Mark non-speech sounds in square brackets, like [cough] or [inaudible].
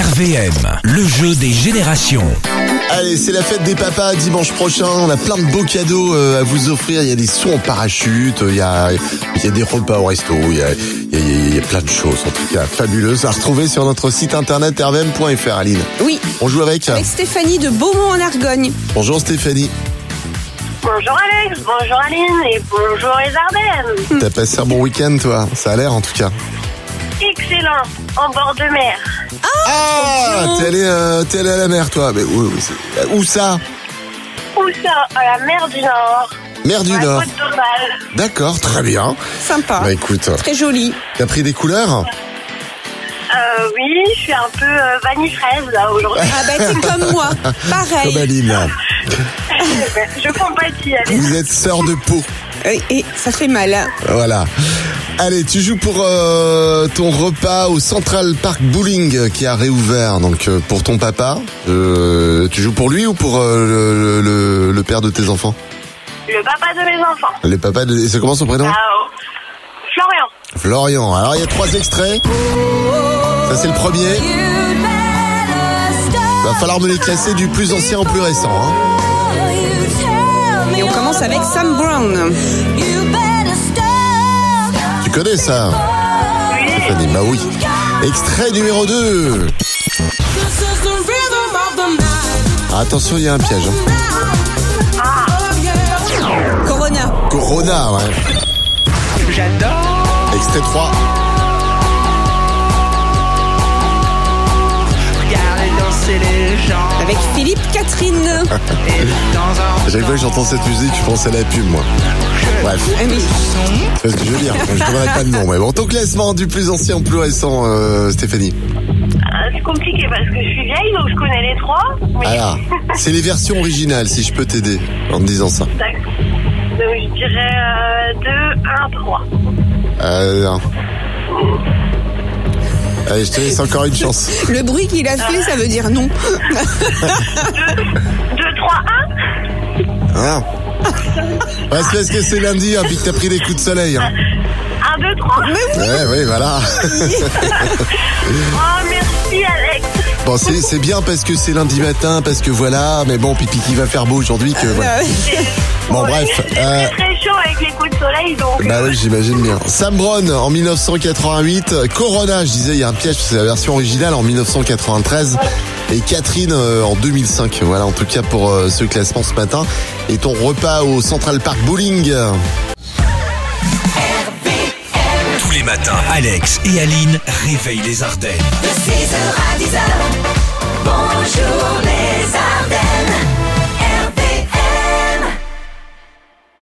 RVM, le jeu des générations. Allez, c'est la fête des papas dimanche prochain. On a plein de beaux cadeaux euh, à vous offrir. Il y a des sauts en parachute, il y a, il y a des repas au resto, il y a, il y a- il y a plein de choses en tout cas fabuleuses à retrouver sur notre site internet rvm.fr. Aline, Oui, on joue avec. avec Stéphanie de Beaumont en Argogne. Bonjour Stéphanie. Bonjour Alex, bonjour Aline et bonjour les Ardennes. Hmm. T'as passé un bon week-end toi Ça a l'air en tout cas. Excellent, en bord de mer. Ah, t'es allé, euh, t'es allé à la mer toi. Mais où, où- où ça Où ça À la mer du Nord. Mer du à la Nord. Côte d'Opale. D'accord, très bien. Sympa. Bah écoute, Très joli. t'as pris des couleurs Euh, oui, je suis un peu euh, vanille fraise là [laughs] aujourd'hui. Ah bah t'es comme moi. Comme Pareil. [laughs] Aline. je compatis Alex. Vous êtes sœur de peau. Oui, Et ça fait mal. hein. Voilà. Allez, tu joues pour euh, ton repas au Central Park Bowling euh, qui a réouvert. Donc euh, pour ton papa, euh, tu joues pour lui ou pour euh, le, le- le père de tes enfants Le papa de mes enfants. Les papas, de... et c'est comment son prénom Ah, oh. Florian. Florian. Alors il y a trois extraits. Ça c'est le premier. Va falloir me les classer du plus ancien au plus récent. hein. Et on commence avec Sam Brown. Tu connais ça Oui. Fanny, Bah oui. Extrait numéro 2. attention, il y a un piège. hein. Corona. Corona, ouais. J'adore. Extrait 3. Regardez danser les gens Avec Philippe Catherine. Ah et dans À un chaque fois que j'entends cette musique, je pense à la pub, moi. Bref, Ah oui. c'est ce que je veux dire. Je ne donnerai pas de nom. Mais bon, ton classement du plus ancien au plus récent, euh, Stéphanie. Ah, C'est compliqué parce que je suis vieille donc je connais les trois. Mais Alors, Ah, c'est les versions originales, si je peux t'aider en te disant ça. D'accord. Donc je dirais euh, 2, 1, 3. Euh, non. Allez, je te laisse encore une chance. Le bruit qu'il a fait, ça veut dire non. 2, 3, 1 Hein Parce que est-ce que c'est lundi, hein, puis que t'as pris des coups de soleil. Hein 1, 2, 3. ouais, oui, voilà. Oh, merci Alex. Bon, c'est c'est bien parce que c'est lundi matin, parce que voilà, mais bon, puis qu'il va faire beau aujourd'hui, que voilà. Euh, Bon, bref, C'est euh, très chaud avec les coups de soleil donc. Bah oui, j'imagine bien. Sam Brown en 1988, Corona, je disais, il y a un piège, c'est la version originale en 1993, et Catherine euh, en 2005. Voilà, en tout cas pour euh, ce classement ce matin. Et ton repas au Central Park Bowling. Tous les matins, Alex et Aline réveillent les Ardennes. de 6h à